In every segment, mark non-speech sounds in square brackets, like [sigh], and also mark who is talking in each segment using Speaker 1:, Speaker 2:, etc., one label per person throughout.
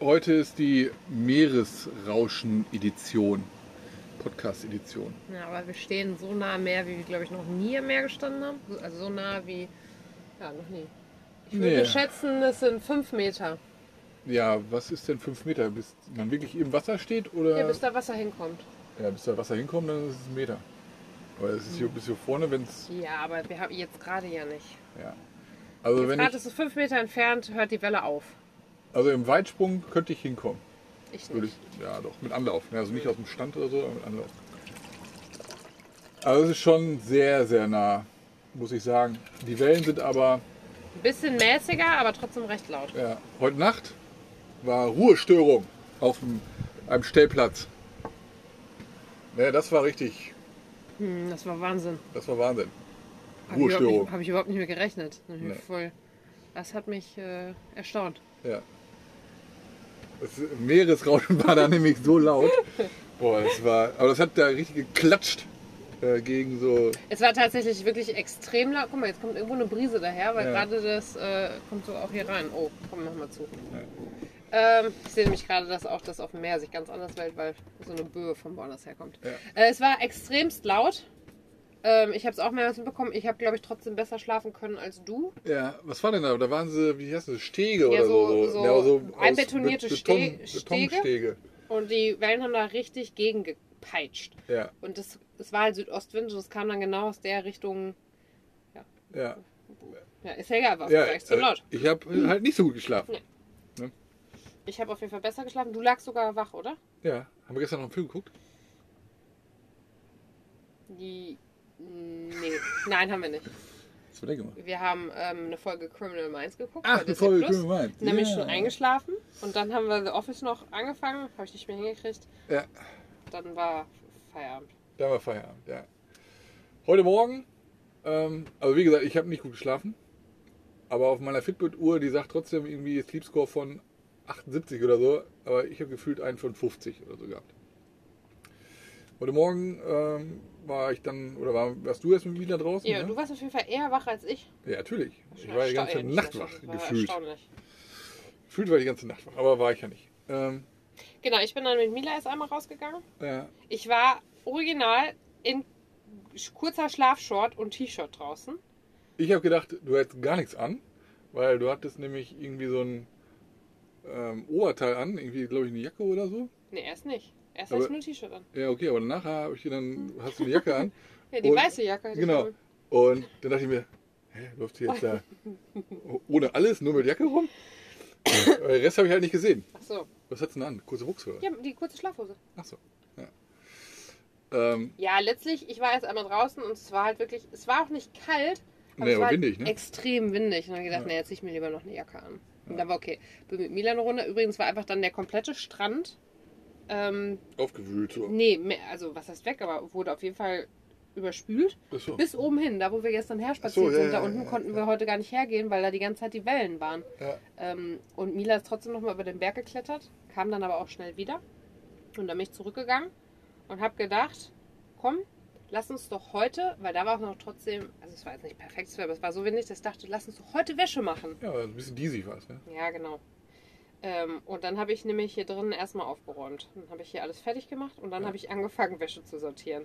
Speaker 1: Heute ist die Meeresrauschen-Edition, Podcast-Edition.
Speaker 2: Ja, aber wir stehen so nah am Meer, wie wir, glaube ich, noch nie am Meer gestanden haben. Also so nah wie. Ja, noch nie. Ich würde
Speaker 1: Nee.
Speaker 2: schätzen, es sind fünf Meter,
Speaker 1: Ja, was ist denn 5 Meter? Bis man wirklich im Wasser steht oder?
Speaker 2: ja, bis da Wasser hinkommt.
Speaker 1: ja, bis da Wasser hinkommt, dann ist es ein Meter. Aber es ist hier bis hier vorne, wenn es.
Speaker 2: Ja, aber wir haben jetzt gerade ja nicht.
Speaker 1: Ja. Also, wenn
Speaker 2: Gerade
Speaker 1: ich,
Speaker 2: so fünf Meter entfernt, hört die Welle auf.
Speaker 1: also im Weitsprung könnte ich hinkommen.
Speaker 2: Ich
Speaker 1: Würde
Speaker 2: nicht.
Speaker 1: ich, ja doch, mit Anlauf. ne? Also nicht aus dem Stand oder so, aber mit Anlauf. Also es ist schon sehr, sehr nah, muss ich sagen. Die Wellen sind aber,
Speaker 2: Ein bisschen mäßiger, aber trotzdem recht laut.
Speaker 1: ja, heute Nacht war Ruhestörung auf dem, einem Stellplatz. Ne, das war richtig,
Speaker 2: Hm, das war Wahnsinn.
Speaker 1: das war Wahnsinn.
Speaker 2: Habe ich, überhaupt
Speaker 1: Ruhestörung.
Speaker 2: nicht- hab ich überhaupt nicht mehr gerechnet. Da hab ich
Speaker 1: Nee.
Speaker 2: Voll, das hat mich äh, erstaunt.
Speaker 1: Ja. Das Meeresrauschen war da [laughs] nämlich so laut. Boah, das war, aber das hat da richtig geklatscht äh, gegen so
Speaker 2: Es war tatsächlich wirklich extrem laut. Guck mal, jetzt kommt irgendwo eine Brise daher, weil
Speaker 1: Ja.
Speaker 2: gerade das äh, kommt so auch hier rein. Oh, komm, mach mal zu. Ähm, ich sehe nämlich gerade, dass auch das auf dem Meer sich ganz anders wählt, weil so eine Böe von woanders herkommt.
Speaker 1: Ja.
Speaker 2: Äh, es war extremst laut. Ähm, ich habe es auch mehrmals mitbekommen. Ich habe, glaube ich, trotzdem besser schlafen können als du.
Speaker 1: Ja, was war denn da? Da waren sie, wie heißt das, Stege
Speaker 2: Ja,
Speaker 1: oder
Speaker 2: so-
Speaker 1: so.
Speaker 2: so
Speaker 1: ja,
Speaker 2: einbetonierte
Speaker 1: aus
Speaker 2: Ste- Stege.
Speaker 1: Betonstege.
Speaker 2: Und die Wellen haben da richtig gegengepeitscht.
Speaker 1: Ja,
Speaker 2: Und das, es war ein Südostwind und es kam dann genau aus der Richtung.
Speaker 1: ja.
Speaker 2: Ja, ist ja egal, war
Speaker 1: ja
Speaker 2: vielleicht zu
Speaker 1: äh,
Speaker 2: laut.
Speaker 1: Ich habe halt nicht so gut geschlafen.
Speaker 2: Ich habe auf jeden Fall besser geschlafen. Du lagst sogar wach, oder?
Speaker 1: Ja. Haben wir gestern noch einen Film geguckt?
Speaker 2: Die. Nee, nein, haben wir nicht.
Speaker 1: Was war der gemacht?
Speaker 2: Wir haben ähm, eine Folge Criminal Minds geguckt.
Speaker 1: Ach, eine
Speaker 2: bei Disney
Speaker 1: Folge
Speaker 2: Plus.
Speaker 1: Criminal Minds.
Speaker 2: Dann bin ich
Speaker 1: Ja.
Speaker 2: schon eingeschlafen und dann haben wir The Office noch angefangen. Habe ich nicht mehr hingekriegt.
Speaker 1: Ja,
Speaker 2: Dann war Feierabend.
Speaker 1: da war Feierabend, ja. Heute Morgen, ähm, also wie gesagt, ich habe nicht gut geschlafen. Aber auf meiner Fitbit-Uhr, die sagt trotzdem irgendwie Sleep-Score von 78 oder so. Aber ich habe gefühlt einen von 50 oder so gehabt. Heute Morgen ähm, war ich dann, oder war, warst du erst mit mir da draußen?
Speaker 2: Ja,
Speaker 1: ne?
Speaker 2: du warst auf jeden Fall eher wach als ich.
Speaker 1: Ja, natürlich. Ich war die ganze Zeit
Speaker 2: Erstaunlich.
Speaker 1: nachtwach
Speaker 2: Das war
Speaker 1: gefühlt.
Speaker 2: Erstaunlich.
Speaker 1: Gefühlt war ich die ganze Nacht wach, aber war ich ja nicht. Ähm,
Speaker 2: Genau, ich bin dann mit Mila erst einmal rausgegangen.
Speaker 1: ja,
Speaker 2: Ich war original in kurzer Schlafshort und T-Shirt draußen.
Speaker 1: ich habe gedacht, du hättest gar nichts an, weil du hattest nämlich irgendwie so ein ähm, Oberteil an, irgendwie, glaube ich, eine Jacke oder so.
Speaker 2: Nee, erst nicht. Erst
Speaker 1: Aber-
Speaker 2: hatte ich nur ein T-Shirt an.
Speaker 1: Ja, okay, aber danach habe ich dir dann, hast du eine Jacke
Speaker 2: [laughs]
Speaker 1: an.
Speaker 2: Ja, die
Speaker 1: Und-
Speaker 2: weiße Jacke. hatte ich
Speaker 1: genau.
Speaker 2: an.
Speaker 1: Und dann dachte ich mir, hä, läuft sie jetzt
Speaker 2: [laughs]
Speaker 1: da ohne alles, nur mit Jacke rum? Aber Den Rest habe ich halt nicht gesehen.
Speaker 2: Ach so.
Speaker 1: Was hat's denn an? Kurze Wuchs oder?
Speaker 2: Ja, die kurze Schlafhose.
Speaker 1: Achso. Ja. Ähm,
Speaker 2: Ja, letztlich, ich war erst einmal draußen und es war halt wirklich, es war auch nicht kalt, aber
Speaker 1: Nee,
Speaker 2: es
Speaker 1: aber
Speaker 2: war
Speaker 1: windig, ne?
Speaker 2: extrem windig. Und dann hab ich gedacht,
Speaker 1: Ja.
Speaker 2: nee, jetzt zieh ich mir lieber noch eine Jacke an. Und dann war okay. Bin mit Milan runter. Übrigens war einfach dann der komplette Strand. Ähm,
Speaker 1: aufgewühlt so.
Speaker 2: nee, mehr, also was heißt weg, aber wurde auf jeden Fall überspült.
Speaker 1: Achso.
Speaker 2: Bis oben hin, da wo wir gestern
Speaker 1: Ach
Speaker 2: herspaziert
Speaker 1: so, ja,
Speaker 2: sind, da
Speaker 1: ja,
Speaker 2: unten
Speaker 1: ja,
Speaker 2: konnten
Speaker 1: ja.
Speaker 2: wir heute gar nicht hergehen, weil da die ganze Zeit die Wellen waren.
Speaker 1: Ja.
Speaker 2: Ähm, und Mila ist trotzdem nochmal über den Berg geklettert, kam dann aber auch schnell wieder. Und dann bin ich zurückgegangen und habe gedacht, komm, lass uns doch heute, weil da war auch noch trotzdem, also es war jetzt nicht perfekt, aber es war so windig, dass ich dachte, lass uns doch heute Wäsche machen.
Speaker 1: Ja, ein bisschen diesig war es, ne?
Speaker 2: Ja, genau. Ähm, und dann habe ich nämlich hier drinnen erstmal aufgeräumt. Dann habe ich hier alles fertig gemacht und dann
Speaker 1: Ja.
Speaker 2: habe ich angefangen, Wäsche zu sortieren.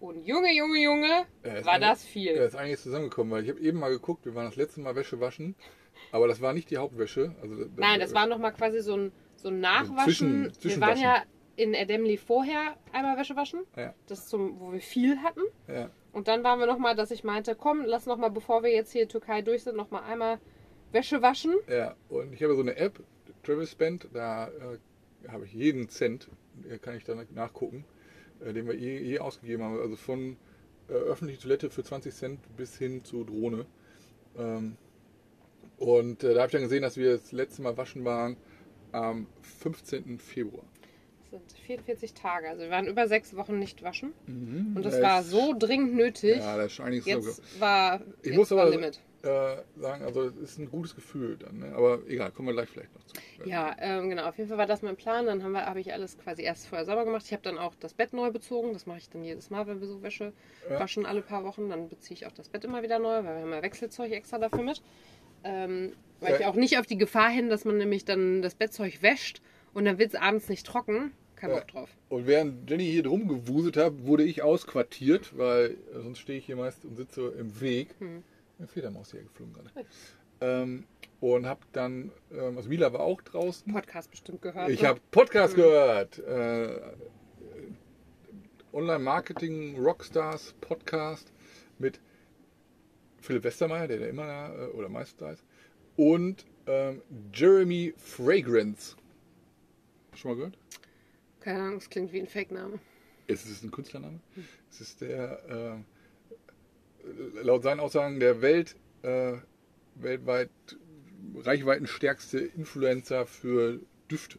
Speaker 2: Und Junge, Junge, Junge,
Speaker 1: Ja, ist
Speaker 2: war
Speaker 1: eigentlich-
Speaker 2: das viel.
Speaker 1: Ja, ist einiges zusammengekommen, weil ich habe eben mal geguckt, wir waren das letzte Mal Wäsche waschen, aber das war nicht die Hauptwäsche. Also, da-
Speaker 2: Nein, das war nochmal quasi so ein, so ein
Speaker 1: Zwischen-
Speaker 2: Nachwaschen. wir waren
Speaker 1: Zwischenwaschen. Ah,
Speaker 2: ja in Ademley vorher einmal Wäsche waschen.
Speaker 1: Ja.
Speaker 2: Das zum, wo wir viel hatten.
Speaker 1: Ja,
Speaker 2: Und dann waren wir nochmal, dass ich meinte, komm, lass nochmal, bevor wir jetzt hier Türkei durch sind, nochmal einmal Wäsche waschen.
Speaker 1: ja, und ich habe so eine App, Travis Spend, da äh, habe ich jeden Cent, äh, kann ich dann nachgucken, äh, den wir je, je ausgegeben haben. Also von äh, öffentliche Toilette für 20 Cent bis hin zu Drohne. Ähm, und äh, da habe ich dann gesehen, dass wir das letzte Mal waschen waren am 15. Februar.
Speaker 2: Das sind 44 Tage. Also wir waren über sechs Wochen nicht waschen. Und das
Speaker 1: Ja,
Speaker 2: war
Speaker 1: ist-
Speaker 2: so dringend nötig.
Speaker 1: Ja, da ist schon einiges zusammengekommen.
Speaker 2: jetzt war,
Speaker 1: Ich
Speaker 2: jetzt
Speaker 1: muss
Speaker 2: war
Speaker 1: aber
Speaker 2: Limit.
Speaker 1: äh, sagen, also es ist ein gutes Gefühl dann. Ne? Aber egal, kommen wir gleich vielleicht noch zu.
Speaker 2: Ja, ähm, genau. Auf jeden Fall war das mein Plan. Dann habe hab ich alles quasi erst vorher sauber gemacht. Ich habe dann auch das Bett neu bezogen. Das mache ich dann jedes Mal, wenn wir so Wäsche
Speaker 1: Ja.
Speaker 2: waschen, alle paar Wochen. Dann beziehe ich auch das Bett immer wieder neu, weil wir haben ja Wechselzeug extra dafür mit. Ähm, weil ich
Speaker 1: Ja.
Speaker 2: auch nicht auf die Gefahr hin, dass man nämlich dann das Bettzeug wäscht und dann wird es abends nicht trocken. Kein
Speaker 1: Ja.
Speaker 2: Bock drauf.
Speaker 1: Und während Jenny hier drum gewuselt hat, wurde ich ausquartiert, weil äh, sonst stehe ich hier meist und sitze im Weg.
Speaker 2: Hm.
Speaker 1: Eine Fledermaus hier geflogen gerade. Ähm, und habe dann, ähm, also Mila war auch draußen.
Speaker 2: Podcast bestimmt gehört.
Speaker 1: Ich
Speaker 2: ne?
Speaker 1: habe Podcast gehört. Äh, Online-Marketing, Rockstars, Podcast mit Philipp Westermeier, der da immer da, äh, oder meist da ist. Und ähm, Jeremy Fragrance. Schon mal gehört?
Speaker 2: Keine Ahnung, es klingt wie ein Fake-Name.
Speaker 1: Es ist ein Künstlername. Es ist der, äh, laut seinen Aussagen, der Welt, äh, weltweit reichweitenstärkste Influencer für Düfte.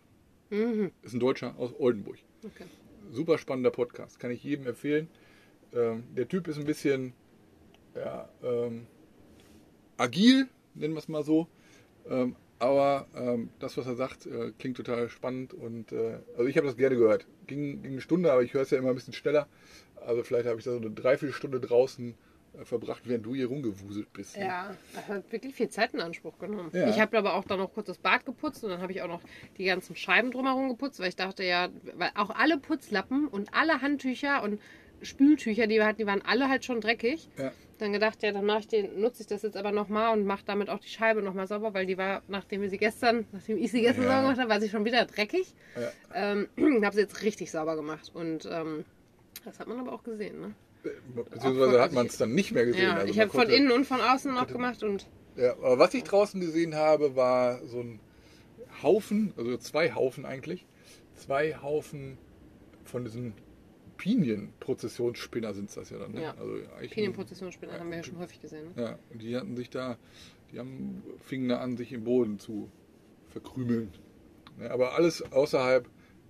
Speaker 2: Mhm.
Speaker 1: Ist ein Deutscher aus Oldenburg.
Speaker 2: Okay.
Speaker 1: Super spannender Podcast, kann ich jedem empfehlen. Ähm, der Typ ist ein bisschen ja, ähm, agil, nennen wir es mal so. Ähm, aber ähm, das, was er sagt, äh, klingt total spannend und äh, also ich habe das gerne gehört. Ging, ging eine Stunde, aber ich höre es ja immer ein bisschen schneller. Also vielleicht habe ich da so eine Dreiviertelstunde draußen äh, verbracht, während du hier rumgewuselt bist. ne?
Speaker 2: Ja, das hat wirklich viel Zeit in Anspruch genommen.
Speaker 1: Ja.
Speaker 2: Ich habe aber auch dann noch kurz das Bad geputzt und dann habe ich auch noch die ganzen Scheiben drumherum geputzt, weil ich dachte ja, weil auch alle Putzlappen und alle Handtücher und Spültücher, die wir hatten, die waren alle halt schon dreckig.
Speaker 1: Ja.
Speaker 2: Dann gedacht, ja, dann mach ich den, nutze ich das jetzt aber nochmal und mache damit auch die Scheibe nochmal sauber, weil die war, nachdem wir sie gestern, nachdem ich sie gestern
Speaker 1: Ja.
Speaker 2: sauber gemacht habe, war sie schon wieder dreckig.
Speaker 1: Ja.
Speaker 2: Ähm, [clears throat] habe sie jetzt richtig sauber gemacht und ähm, das hat man aber auch gesehen. Ne?
Speaker 1: Beziehungsweise hat man es dann nicht mehr gesehen.
Speaker 2: Ja,
Speaker 1: Also
Speaker 2: ich
Speaker 1: man
Speaker 2: habe von
Speaker 1: konnte-
Speaker 2: innen und von außen noch
Speaker 1: konnte-
Speaker 2: gemacht und
Speaker 1: Ja, aber was ich draußen gesehen habe, war so ein Haufen, also zwei Haufen eigentlich, zwei Haufen von diesen Pinienprozessionsspinner sind es das ja dann. Ne?
Speaker 2: Ja.
Speaker 1: Also Eichen-
Speaker 2: Pinienprozessionsspinner haben wir ja schon häufig gesehen. Ne?
Speaker 1: Ja, und die hatten sich da, die haben, fingen da an, sich im Boden zu verkrümeln. Ne, aber alles außerhalb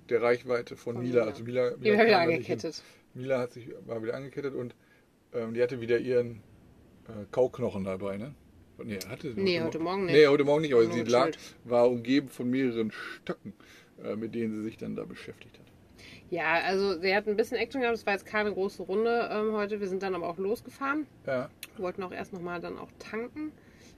Speaker 1: der Reichweite von,
Speaker 2: Von
Speaker 1: Mila.
Speaker 2: Mila.
Speaker 1: Also Mila,
Speaker 2: Die
Speaker 1: kam
Speaker 2: haben wir
Speaker 1: da nicht hin.
Speaker 2: angekettet.
Speaker 1: Mila hat sich mal wieder angekettet und ähm, die hatte wieder ihren äh, Kauknochen dabei, ne? Nee, hatte sie
Speaker 2: Nee, heute Morgen um nicht.
Speaker 1: Nee, heute Morgen nicht, aber
Speaker 2: Nur
Speaker 1: sie
Speaker 2: mit
Speaker 1: lag,
Speaker 2: Schild.
Speaker 1: war umgeben von mehreren Stöcken, äh, mit denen sie sich dann da beschäftigt hat.
Speaker 2: Ja, also sie hat ein bisschen Action gehabt. Es war jetzt keine große Runde ähm, heute. Wir sind dann aber auch losgefahren.
Speaker 1: Ja,
Speaker 2: Wollten auch erst nochmal dann auch tanken.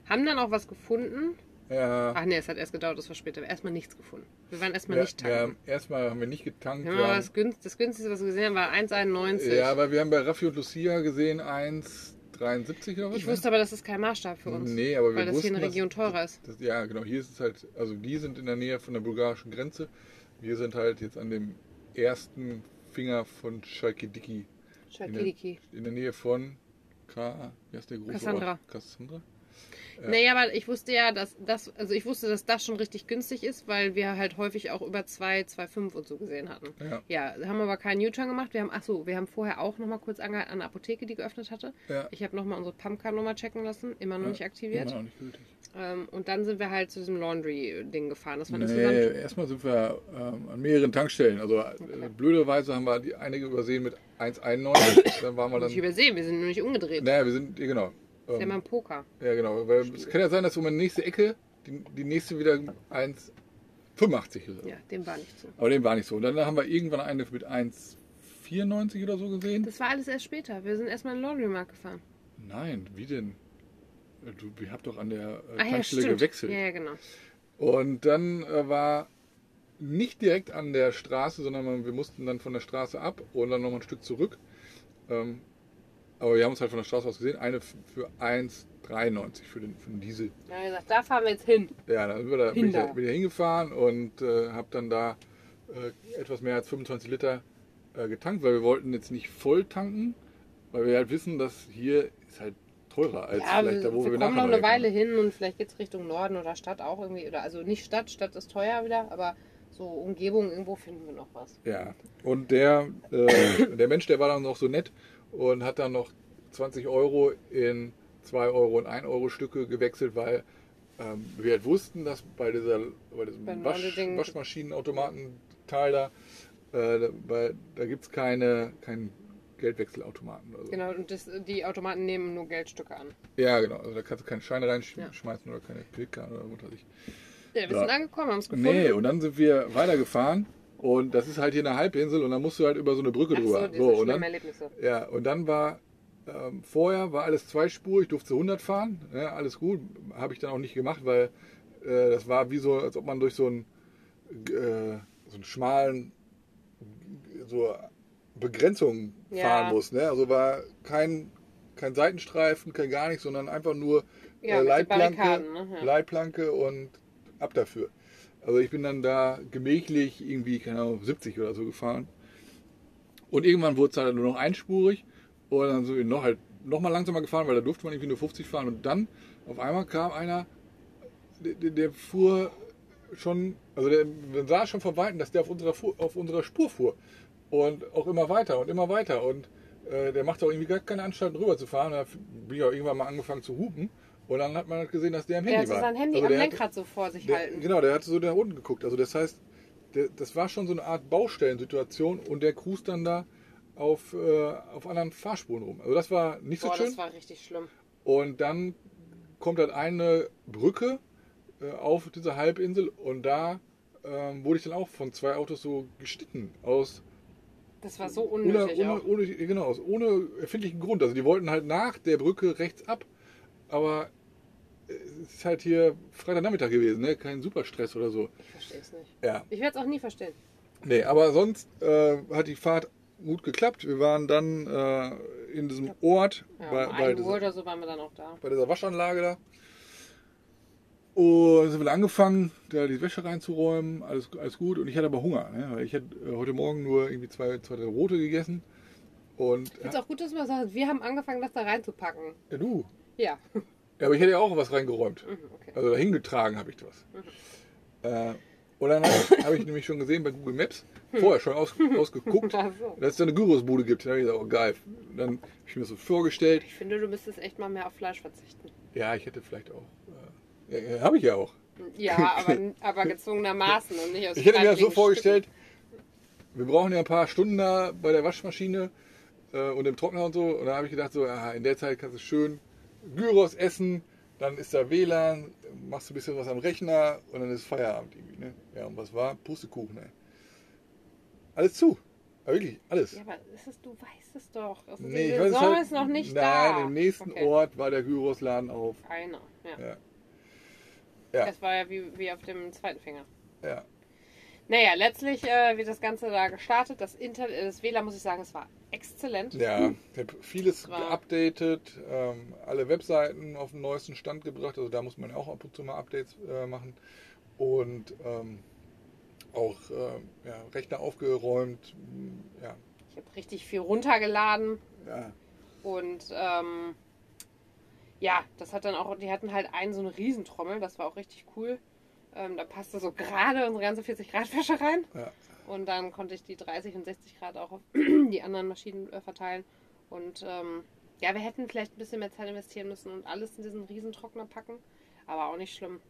Speaker 2: Haben dann auch was gefunden.
Speaker 1: ja.
Speaker 2: Ach nee, es hat erst gedauert, das war später. Erstmal nichts gefunden. Wir waren erstmal
Speaker 1: wir,
Speaker 2: nicht
Speaker 1: wir
Speaker 2: tanken.
Speaker 1: haben, erstmal haben wir nicht getankt.
Speaker 2: Wir haben
Speaker 1: wir
Speaker 2: aber
Speaker 1: haben-
Speaker 2: das, günst, das günstigste, was wir gesehen haben, war 1,91.
Speaker 1: ja, aber wir haben bei Raffi und Lucia gesehen 1,73 oder was?
Speaker 2: ich wusste aber, das ist kein Maßstab für uns.
Speaker 1: Nee, aber wir
Speaker 2: weil das hier
Speaker 1: wussten,
Speaker 2: in der
Speaker 1: dass-
Speaker 2: Region teurer ist.
Speaker 1: Das, ja, genau. Hier ist es halt, also die sind in der Nähe von der bulgarischen Grenze. Wir sind halt jetzt an dem ersten Finger von Chalkidiki. In der,
Speaker 2: Chalkidiki.
Speaker 1: in der Nähe von K, wie heißt der große
Speaker 2: Kassandra.
Speaker 1: Ort? Kassandra. Ja.
Speaker 2: Naja, aber ich wusste ja, dass das, also ich wusste, dass das schon richtig günstig ist, weil wir halt häufig auch über 2, 2,5 und so gesehen hatten.
Speaker 1: Ja.
Speaker 2: Ja, haben aber keinen U-Turn gemacht. Wir haben, ach so, wir haben vorher auch nochmal kurz angehalten an der Apotheke, die geöffnet hatte.
Speaker 1: ja.
Speaker 2: Ich habe nochmal unsere PAMCA-Nummer checken lassen, immer noch
Speaker 1: Ja,
Speaker 2: nicht aktiviert.
Speaker 1: Immer noch nicht gültig.
Speaker 2: Ähm, und dann sind wir halt zu diesem Laundry-Ding gefahren. Das waren
Speaker 1: Nee,
Speaker 2: insgesamt.
Speaker 1: erstmal sind wir ähm, an mehreren Tankstellen. Also äh,
Speaker 2: Okay.
Speaker 1: blöderweise haben wir die einige übersehen mit
Speaker 2: [coughs]
Speaker 1: 1,91. dann waren wir
Speaker 2: Nicht
Speaker 1: dann.
Speaker 2: übersehen, wir sind nämlich umgedreht.
Speaker 1: Naja, wir sind, ja, genau.
Speaker 2: Das ist ja
Speaker 1: Ähm,
Speaker 2: mal ein Poker.
Speaker 1: Ja, genau. Weil es kann ja sein, dass um eine nächste Ecke die, die nächste wieder 1,85 ist.
Speaker 2: Ja, dem war nicht so.
Speaker 1: Aber dem war nicht so. Und dann haben wir irgendwann eine mit 1,94 oder so gesehen.
Speaker 2: Das war alles erst später. Wir sind erstmal in den Laundry-Markt gefahren.
Speaker 1: Nein, wie denn? Äh, Du, ihr habt doch an der äh,
Speaker 2: Ah ja,
Speaker 1: Tankstelle
Speaker 2: stimmt.
Speaker 1: gewechselt.
Speaker 2: Ja, ja, genau.
Speaker 1: Und dann äh, war nicht direkt an der Straße, sondern man- wir mussten dann von der Straße ab und dann nochmal ein Stück zurück. Ähm, aber wir haben uns halt von der Straße aus gesehen. Eine f- für 1,93 für den, für den Diesel.
Speaker 2: Da haben wir gesagt, da fahren wir jetzt hin.
Speaker 1: Ja, dann sind wir da, bin, ich da,
Speaker 2: Hinder.
Speaker 1: bin ich da hingefahren und äh, habe dann da äh, etwas mehr als 25 Liter äh, getankt, weil wir wollten jetzt nicht voll tanken, weil wir halt wissen, dass hier ist halt teurer als
Speaker 2: Ja,
Speaker 1: vielleicht
Speaker 2: wir,
Speaker 1: da, wo wir,
Speaker 2: wir, kommen
Speaker 1: nachher genau.
Speaker 2: noch eine Weile
Speaker 1: herkommen.
Speaker 2: hin und vielleicht geht es Richtung Norden oder Stadt auch irgendwie. Oder also nicht Stadt, Stadt ist teuer wieder, aber so Umgebung, irgendwo finden wir noch was.
Speaker 1: Ja, und der, äh, der Mensch, der war dann noch so nett und hat dann noch 20 Euro in 2 Euro und 1 Euro Stücke gewechselt, weil ähm, wir halt wussten, dass bei, dieser, bei diesem
Speaker 2: Beim
Speaker 1: Wasch,
Speaker 2: Laundry-Ding-
Speaker 1: Waschmaschinenautomatenteil da, äh, da, bei- da gibt es keine, keinen Geldwechselautomaten. Also.
Speaker 2: Genau, und das, die Automaten nehmen nur Geldstücke an.
Speaker 1: Ja, genau. Also da kannst du keine Scheine
Speaker 2: Ja.
Speaker 1: reinschmeißen oder keine Kreditkarten oder was weiß ich.
Speaker 2: Ja, wir
Speaker 1: Ja.
Speaker 2: sind angekommen, haben es gefunden.
Speaker 1: Nee, und dann sind wir weitergefahren und das ist halt hier eine Halbinsel und dann musst du halt über so eine Brücke
Speaker 2: Ach so,
Speaker 1: drüber.
Speaker 2: diese
Speaker 1: So, und
Speaker 2: schlimmen
Speaker 1: dann
Speaker 2: Erlebnisse.
Speaker 1: Ja, und dann war Ähm, vorher war alles zweispurig, durfte 100 fahren, ja, alles gut, habe ich dann auch nicht gemacht, weil äh, das war wie so, als ob man durch so einen, äh, so einen schmalen so Begrenzung
Speaker 2: Ja.
Speaker 1: fahren muss. Ne? Also war kein, kein Seitenstreifen, kein gar nichts, sondern einfach nur äh,
Speaker 2: Ja, mit den
Speaker 1: Leitplanke,
Speaker 2: Barrikaden, ne? Ja.
Speaker 1: Leitplanke und ab dafür. Also ich bin dann da gemächlich irgendwie, keine Ahnung, 70 oder so gefahren. Und irgendwann wurde es halt nur noch einspurig und dann sind wir noch halt noch mal langsamer gefahren, weil da durfte man irgendwie nur 50 fahren und dann auf einmal kam einer, der, der, der fuhr schon, also der, man sah schon von Weitem, dass der auf unserer, Fu- auf unserer Spur fuhr und auch immer weiter und immer weiter und äh, der machte auch irgendwie gar keine Anstalten rüber zu fahren, da f- bin ich auch irgendwann mal angefangen zu hupen und dann hat man halt gesehen, dass der am
Speaker 2: Der
Speaker 1: Handy
Speaker 2: hat so
Speaker 1: war.
Speaker 2: sein Handy
Speaker 1: Also
Speaker 2: am
Speaker 1: der hat-
Speaker 2: Lenkrad so vor sich
Speaker 1: der,
Speaker 2: halten.
Speaker 1: Genau, der hatte so nach unten geguckt. Also das heißt, der, das war schon so eine Art Baustellensituation und der cruist dann da auf, äh, auf anderen Fahrspuren rum. Also das war nicht so
Speaker 2: Boah,
Speaker 1: schön.
Speaker 2: das war richtig schlimm.
Speaker 1: Und dann kommt halt eine Brücke äh, auf diese Halbinsel und da ähm, wurde ich dann auch von zwei Autos so geschnitten aus
Speaker 2: Das war so
Speaker 1: ohne,
Speaker 2: unnötig
Speaker 1: ohne,
Speaker 2: auch.
Speaker 1: ohne, genau, aus ohne erfindlichen Grund. Also die wollten halt nach der Brücke rechts ab, aber es ist halt hier Freitagnachmittag gewesen, ne? kein Superstress oder so.
Speaker 2: Ich verstehe es nicht.
Speaker 1: Ja,
Speaker 2: Ich werde es auch nie verstehen.
Speaker 1: Nee, aber sonst äh, hat die Fahrt gut geklappt. Wir waren dann äh, in diesem Ort
Speaker 2: Ja,
Speaker 1: bei,
Speaker 2: um
Speaker 1: bei,
Speaker 2: 1 Uhr
Speaker 1: dieser,
Speaker 2: oder so waren wir dann auch da.
Speaker 1: bei dieser Waschanlage da. Und sind wir da angefangen, da die Wäsche reinzuräumen, alles, alles gut. Und ich hatte aber Hunger, ne? weil ich hatte äh, heute Morgen nur irgendwie zwei, zwei drei Rote gegessen. Und
Speaker 2: Ich finde es auch gut, dass man sagt, wir haben angefangen, das da reinzupacken.
Speaker 1: ja, du,
Speaker 2: Ja. [laughs]
Speaker 1: ja, aber ich hätte ja auch was reingeräumt.
Speaker 2: Mhm, Okay. Mhm.
Speaker 1: Also dahin getragen habe ich was. Äh, und dann habe habe ich nämlich schon gesehen bei Google Maps, vorher schon aus, ausgeguckt,
Speaker 2: Hm. [laughs] Ach so.
Speaker 1: dass es da eine Gyros-Bude gibt. Da habe ich gesagt, oh geil. Dann habe ich mir das so vorgestellt.
Speaker 2: Ich finde, du müsstest echt mal mehr auf Fleisch verzichten.
Speaker 1: Ja, ich hätte vielleicht auch. Äh, ja, ja, habe ich ja auch. [laughs]
Speaker 2: Ja, aber, aber gezwungenermaßen und nicht aus
Speaker 1: Ich hätte mir das so
Speaker 2: freiwilligen
Speaker 1: vorgestellt, wir brauchen ja ein paar Stunden da bei der Waschmaschine äh, und im Trockner und so. Und da habe ich gedacht, so, ah, in der Zeit kannst du schön Gyros essen, dann ist da WLAN, machst du ein bisschen was am Rechner und dann ist Feierabend irgendwie. Ne? Ja, und was war? Pustekuchen, ey. Alles zu. Ja, wirklich, alles.
Speaker 2: Stücken. Ja, aber ist es, du weißt es doch. Es ist
Speaker 1: Nee,
Speaker 2: die
Speaker 1: ich weiß es
Speaker 2: Saison
Speaker 1: halt-
Speaker 2: ist noch nicht
Speaker 1: Nein,
Speaker 2: da.
Speaker 1: im nächsten
Speaker 2: Okay.
Speaker 1: Ort war der Gyrosladen auf.
Speaker 2: Einer, ja.
Speaker 1: Ja. Ja.
Speaker 2: Das war ja wie, wie auf dem zweiten Finger.
Speaker 1: Ja,
Speaker 2: Naja, letztlich äh, wird das Ganze da gestartet. Das, Inter äh, das WLAN, muss ich sagen, es war exzellent.
Speaker 1: ja. Ich habe vieles
Speaker 2: War-
Speaker 1: geupdatet, ähm, alle Webseiten auf den neuesten Stand gebracht. Also da muss man auch ab und zu mal Updates äh, machen. Und ähm, auch ähm, ja, Rechner aufgeräumt. m, Ja,
Speaker 2: Ich habe richtig viel runtergeladen
Speaker 1: ja.
Speaker 2: und ähm, ja, das hat dann auch, die hatten halt einen so eine Riesentrommel, das war auch richtig cool. Ähm, da passte so gerade unsere ganze 40 Grad Wäsche rein.
Speaker 1: Ja.
Speaker 2: Und dann konnte ich die 30 und 60 Grad auch auf [clears throat] die anderen Maschinen äh, verteilen. Und ähm, ja, wir hätten vielleicht ein bisschen mehr Zeit investieren müssen und alles in diesen riesen Trockner packen. Aber auch nicht schlimm.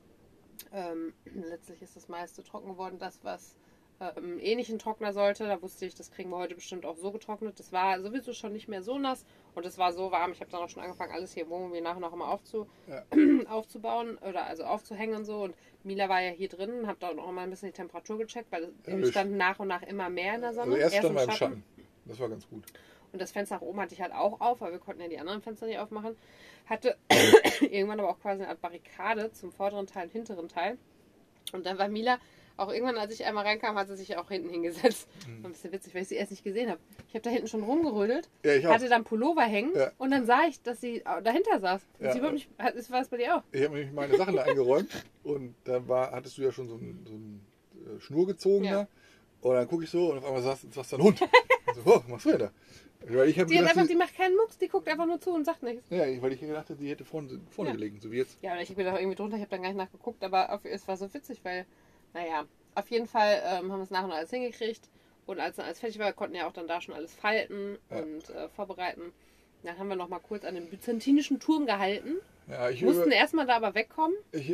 Speaker 2: Ähm, [clears throat] letztlich ist das meiste trocken geworden. Das, was äh, im ähnlichen Trockner sollte, da wusste ich, das kriegen wir heute bestimmt auch so getrocknet. Das war sowieso schon nicht mehr so nass und es war so warm. Ich habe dann auch schon angefangen, alles hier im Wohnmobil nachher noch immer aufzu
Speaker 1: Ja.
Speaker 2: [clears throat] aufzubauen oder also aufzuhängen und so. Und Mila war ja hier drin und habe dann auch mal ein bisschen die Temperatur gecheckt, weil
Speaker 1: Ja,
Speaker 2: wir
Speaker 1: wir-
Speaker 2: standen nach und nach immer mehr in der Sonne.
Speaker 1: Also erst stand
Speaker 2: im
Speaker 1: mal im Schatten. Das war ganz gut.
Speaker 2: und das Fenster nach oben hatte ich halt auch auf, weil wir konnten ja die anderen Fenster nicht aufmachen. Hatte [coughs] irgendwann aber auch quasi eine Art Barrikade zum vorderen Teil und hinteren Teil. Und dann war Mila auch irgendwann, als ich einmal reinkam, hat sie sich auch hinten hingesetzt.
Speaker 1: Mhm. Hm.
Speaker 2: War ein bisschen witzig, weil ich sie erst nicht gesehen habe. Ich habe da hinten schon rumgerödelt,
Speaker 1: Ja, ich auch.
Speaker 2: hatte dann Pullover hängen
Speaker 1: Ja.
Speaker 2: und dann sah ich, dass sie au- dahinter saß. Und
Speaker 1: Ja.
Speaker 2: sie überhaupt nicht, hat- ist- war es bei dir auch?
Speaker 1: Ich habe nämlich meine Sachen da eingeräumt und dann war, hattest du ja schon so ein, so ein äh, Schnur gezogen
Speaker 2: Ja.
Speaker 1: da. Und dann gucke ich so und auf einmal saß, saß da ein
Speaker 2: [laughs]
Speaker 1: Hund. Ich so, oh, was machst du denn da? Weil ich habe
Speaker 2: Die, hat einfach,
Speaker 1: gedacht,
Speaker 2: die macht keinen Mucks, die guckt einfach nur zu und sagt nichts.
Speaker 1: sie, ja, ich- weil ich gedacht habe, sie hätte vorne, vorne
Speaker 2: Ja.
Speaker 1: gelegen, so wie jetzt.
Speaker 2: Ja, und ich bin da irgendwie drunter, ich habe dann gar nicht nachgeguckt, aber auf, es war so witzig, weil, naja, auf jeden Fall ähm, haben wir es nachher noch alles hingekriegt. Und als dann alles fertig war, konnten ja auch dann da schon alles falten
Speaker 1: Ja.
Speaker 2: und äh, vorbereiten. Dann haben wir noch mal kurz an dem byzantinischen Turm gehalten,
Speaker 1: Ja, ich,
Speaker 2: mussten
Speaker 1: über,
Speaker 2: erstmal da aber wegkommen.
Speaker 1: ich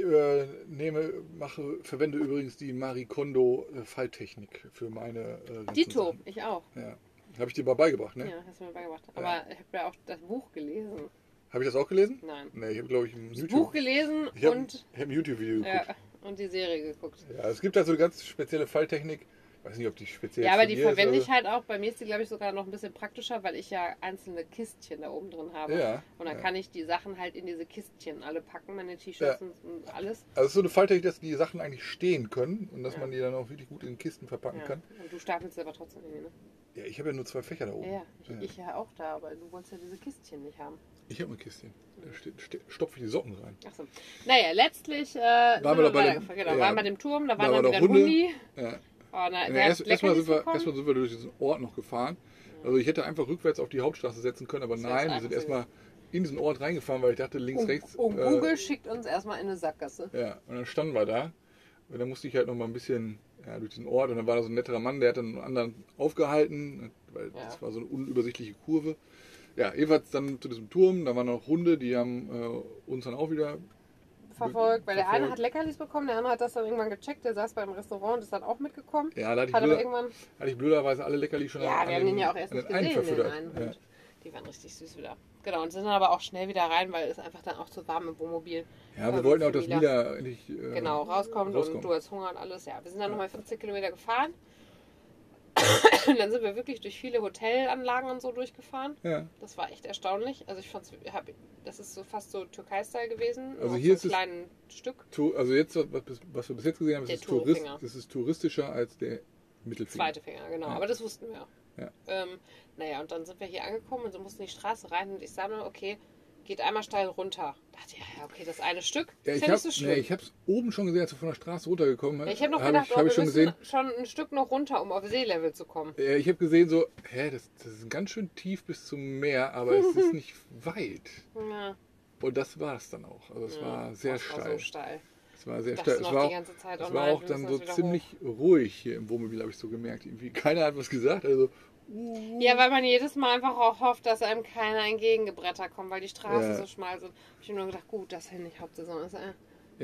Speaker 1: übernehme, mache, verwende übrigens die Marie Kondo äh, Falltechnik für meine äh, ganzen
Speaker 2: Dito,
Speaker 1: Sachen.
Speaker 2: ich auch.
Speaker 1: Ja. Habe ich dir mal beigebracht, ne?
Speaker 2: Ja, hast du mir beigebracht. Aber ich habe ja auch das Buch gelesen.
Speaker 1: Habe ich das auch gelesen?
Speaker 2: Nein.
Speaker 1: Nee, ich habe, glaube ich, ein
Speaker 2: Das
Speaker 1: YouTube.
Speaker 2: Buch gelesen
Speaker 1: ich habe
Speaker 2: und,
Speaker 1: hab ein YouTube-Video geguckt.
Speaker 2: ja, und die Serie geguckt.
Speaker 1: Ja, es gibt da so eine ganz spezielle Falltechnik, weiß nicht, ob die speziell
Speaker 2: Ja,
Speaker 1: jetzt
Speaker 2: aber
Speaker 1: von
Speaker 2: die
Speaker 1: mir ist,
Speaker 2: verwende
Speaker 1: also-
Speaker 2: ich halt auch. Bei mir ist die, glaube ich, sogar noch ein bisschen praktischer, weil ich ja einzelne Kistchen da oben drin habe.
Speaker 1: Ja,
Speaker 2: Und dann
Speaker 1: ja.
Speaker 2: kann ich die Sachen halt in diese Kistchen alle packen, meine T-Shirts
Speaker 1: Ja.
Speaker 2: und, und alles.
Speaker 1: Also es ist so eine Falltechnik, dass die Sachen eigentlich stehen können und dass
Speaker 2: Ja.
Speaker 1: man die dann auch wirklich gut in Kisten verpacken
Speaker 2: Ja.
Speaker 1: kann.
Speaker 2: Und du stapelst aber trotzdem irgendwie, ne?
Speaker 1: Ja, ich habe ja nur zwei Fächer da oben.
Speaker 2: Ja, ja. Ich ja auch da, aber du wolltest ja diese Kistchen nicht haben.
Speaker 1: Ich habe ein Kistchen. Da ste- ste- stopfe ich die Socken rein.
Speaker 2: Achso. Naja, letztlich äh, waren
Speaker 1: wir da bei dem-
Speaker 2: genau,
Speaker 1: ja.
Speaker 2: waren wir dem Turm, da
Speaker 1: Da
Speaker 2: waren
Speaker 1: war
Speaker 2: dann wieder
Speaker 1: der
Speaker 2: ein
Speaker 1: Hunde.
Speaker 2: Hundi.
Speaker 1: Ja.
Speaker 2: Oh, na,
Speaker 1: Ja,
Speaker 2: der
Speaker 1: Äh, erst,
Speaker 2: hat
Speaker 1: erstmal,
Speaker 2: Leckerlis
Speaker 1: sind wir,
Speaker 2: bekommen.
Speaker 1: erstmal sind wir durch diesen Ort noch gefahren. Also ich hätte einfach rückwärts auf die Hauptstraße setzen können, aber
Speaker 2: Das wäre
Speaker 1: nein,
Speaker 2: das
Speaker 1: wir sind
Speaker 2: Einfachste
Speaker 1: erstmal in diesen Ort reingefahren, weil ich dachte links,
Speaker 2: und,
Speaker 1: rechts.
Speaker 2: und
Speaker 1: äh,
Speaker 2: Um- Google schickt uns erstmal in eine Sackgasse.
Speaker 1: Ja, und dann standen wir da. Und dann musste ich halt noch mal ein bisschen ja, durch diesen Ort. Und dann war da so ein netterer Mann, der hat dann einen anderen aufgehalten, weil
Speaker 2: Ja.
Speaker 1: das war so eine unübersichtliche Kurve. Ja, jedenfalls dann zu diesem Turm. Da waren noch Hunde, die haben äh, uns dann auch wieder.
Speaker 2: Verfolgt, weil der eine
Speaker 1: Verfolgt.
Speaker 2: hat Leckerlis bekommen, der andere hat das dann irgendwann gecheckt, der saß beim Restaurant und ist dann auch mitgekommen.
Speaker 1: Ja, da hatte ich,
Speaker 2: Hat aber
Speaker 1: blöder,
Speaker 2: irgendwann.
Speaker 1: hatte ich blöderweise alle Leckerli schon
Speaker 2: Ja, wir haben den ja auch erst
Speaker 1: an
Speaker 2: nicht
Speaker 1: den einen
Speaker 2: gesehen, den
Speaker 1: verfüttert.
Speaker 2: einen
Speaker 1: Ja.
Speaker 2: Hund. Die waren richtig süß wieder. Genau, und sind dann aber auch schnell wieder rein, weil es einfach dann auch zu warm im Wohnmobil.
Speaker 1: Ja, wir
Speaker 2: Ähm,
Speaker 1: wollten auch,
Speaker 2: für
Speaker 1: dass
Speaker 2: Mila.
Speaker 1: Mila endlich äh,
Speaker 2: Genau, rauskommt und
Speaker 1: rauskommt.
Speaker 2: du hast Hunger und alles. Ja, wir sind dann nochmal 15 Kilometer gefahren. [coughs] Und dann sind wir wirklich durch viele Hotelanlagen und so durchgefahren.
Speaker 1: Ja,
Speaker 2: Das war echt erstaunlich. Also ich fand's, hab, das ist so fast so Türkei-Style gewesen.
Speaker 1: Also
Speaker 2: nur
Speaker 1: hier
Speaker 2: auf so
Speaker 1: ist es-
Speaker 2: einem kleinen Stück,
Speaker 1: tu, also jetzt, was, bis- was wir bis jetzt gesehen haben,
Speaker 2: Der
Speaker 1: ist es, Tourist,
Speaker 2: Tourfinger.
Speaker 1: es ist touristischer als der Mittelfinger.
Speaker 2: zweite Finger, genau.
Speaker 1: Ja.
Speaker 2: Aber das wussten wir.
Speaker 1: Ja.
Speaker 2: Ähm, naja, und dann sind wir hier angekommen und so mussten die Straße rein und ich sah nur, okay, geht einmal steil runter. Dachte ja, ja, okay, das eine Stück
Speaker 1: Ja,
Speaker 2: ist
Speaker 1: ich habe
Speaker 2: ja nicht
Speaker 1: es
Speaker 2: so schlimm.
Speaker 1: oben schon gesehen, als wir von der Straße runtergekommen sind.
Speaker 2: Ja, ich habe noch
Speaker 1: Hab
Speaker 2: gedacht,
Speaker 1: ich,
Speaker 2: oh,
Speaker 1: hab
Speaker 2: wir
Speaker 1: ich schon
Speaker 2: müssen
Speaker 1: gesehen.
Speaker 2: schon ein Stück noch runter, um auf Seelevel zu kommen.
Speaker 1: Äh, Ich habe gesehen so, hä, das, das ist ganz schön tief bis zum Meer, aber es
Speaker 2: [laughs]
Speaker 1: ist nicht weit.
Speaker 2: Ja.
Speaker 1: Und das war es dann auch. Also es
Speaker 2: Ja,
Speaker 1: war sehr
Speaker 2: das War so
Speaker 1: steil.
Speaker 2: steil.
Speaker 1: Es war sehr
Speaker 2: Dachte
Speaker 1: steil. Es
Speaker 2: noch
Speaker 1: war
Speaker 2: die
Speaker 1: auch,
Speaker 2: ganze Zeit, oh
Speaker 1: es war
Speaker 2: nein,
Speaker 1: auch
Speaker 2: wir
Speaker 1: dann so
Speaker 2: müssen das wieder
Speaker 1: ziemlich ruhig hier im Wohnmobil, habe ich so gemerkt. Irgendwie keiner hat was gesagt. Also, uh,
Speaker 2: Ja, weil man jedes Mal einfach auch hofft, dass einem keiner entgegengebrettert kommt, weil die Straßen
Speaker 1: Ja.
Speaker 2: so schmal sind. Ich habe nur gedacht, gut, dass hier nicht Hauptsaison ist. Äh,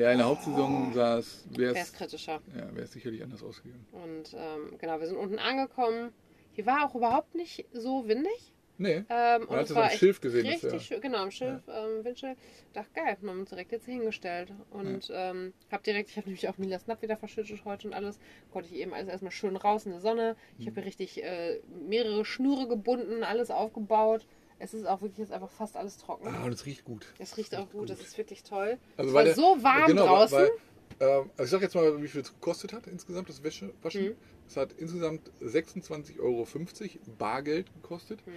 Speaker 1: ja, in der Hauptsaison wäre es
Speaker 2: Wäre es kritischer.
Speaker 1: ja, wär's sicherlich anders ausgegangen.
Speaker 2: Und ähm, genau, wir sind unten angekommen. Hier war auch überhaupt nicht so windig.
Speaker 1: Nee,
Speaker 2: Ähm, und
Speaker 1: hat
Speaker 2: es
Speaker 1: es
Speaker 2: war
Speaker 1: am
Speaker 2: echt
Speaker 1: Schilf gesehen, dass
Speaker 2: richtig
Speaker 1: er-
Speaker 2: schön. Genau, am Schilf, ähm, Windschild. Dachte, geil, haben wir uns direkt jetzt hingestellt. Und ähm, habe direkt, ich habe nämlich auch Milas Napp wieder verschüttet heute und alles. Konnte ich eben alles erstmal schön raus in der Sonne. Ich
Speaker 1: Mhm.
Speaker 2: habe hier richtig äh, mehrere Schnüre gebunden, alles aufgebaut. Es ist auch wirklich jetzt einfach fast alles trocken.
Speaker 1: ah, und es riecht gut.
Speaker 2: Es riecht auch gut, das ist wirklich toll.
Speaker 1: Also weil
Speaker 2: es war
Speaker 1: der-
Speaker 2: so warm
Speaker 1: genau, weil-
Speaker 2: draußen.
Speaker 1: Weil, ähm, also ich sag jetzt mal, wie viel es gekostet hat insgesamt, das Wäsche, Waschen.
Speaker 2: Mhm.
Speaker 1: Es hat insgesamt 26,50 Euro Bargeld gekostet.
Speaker 2: Mhm.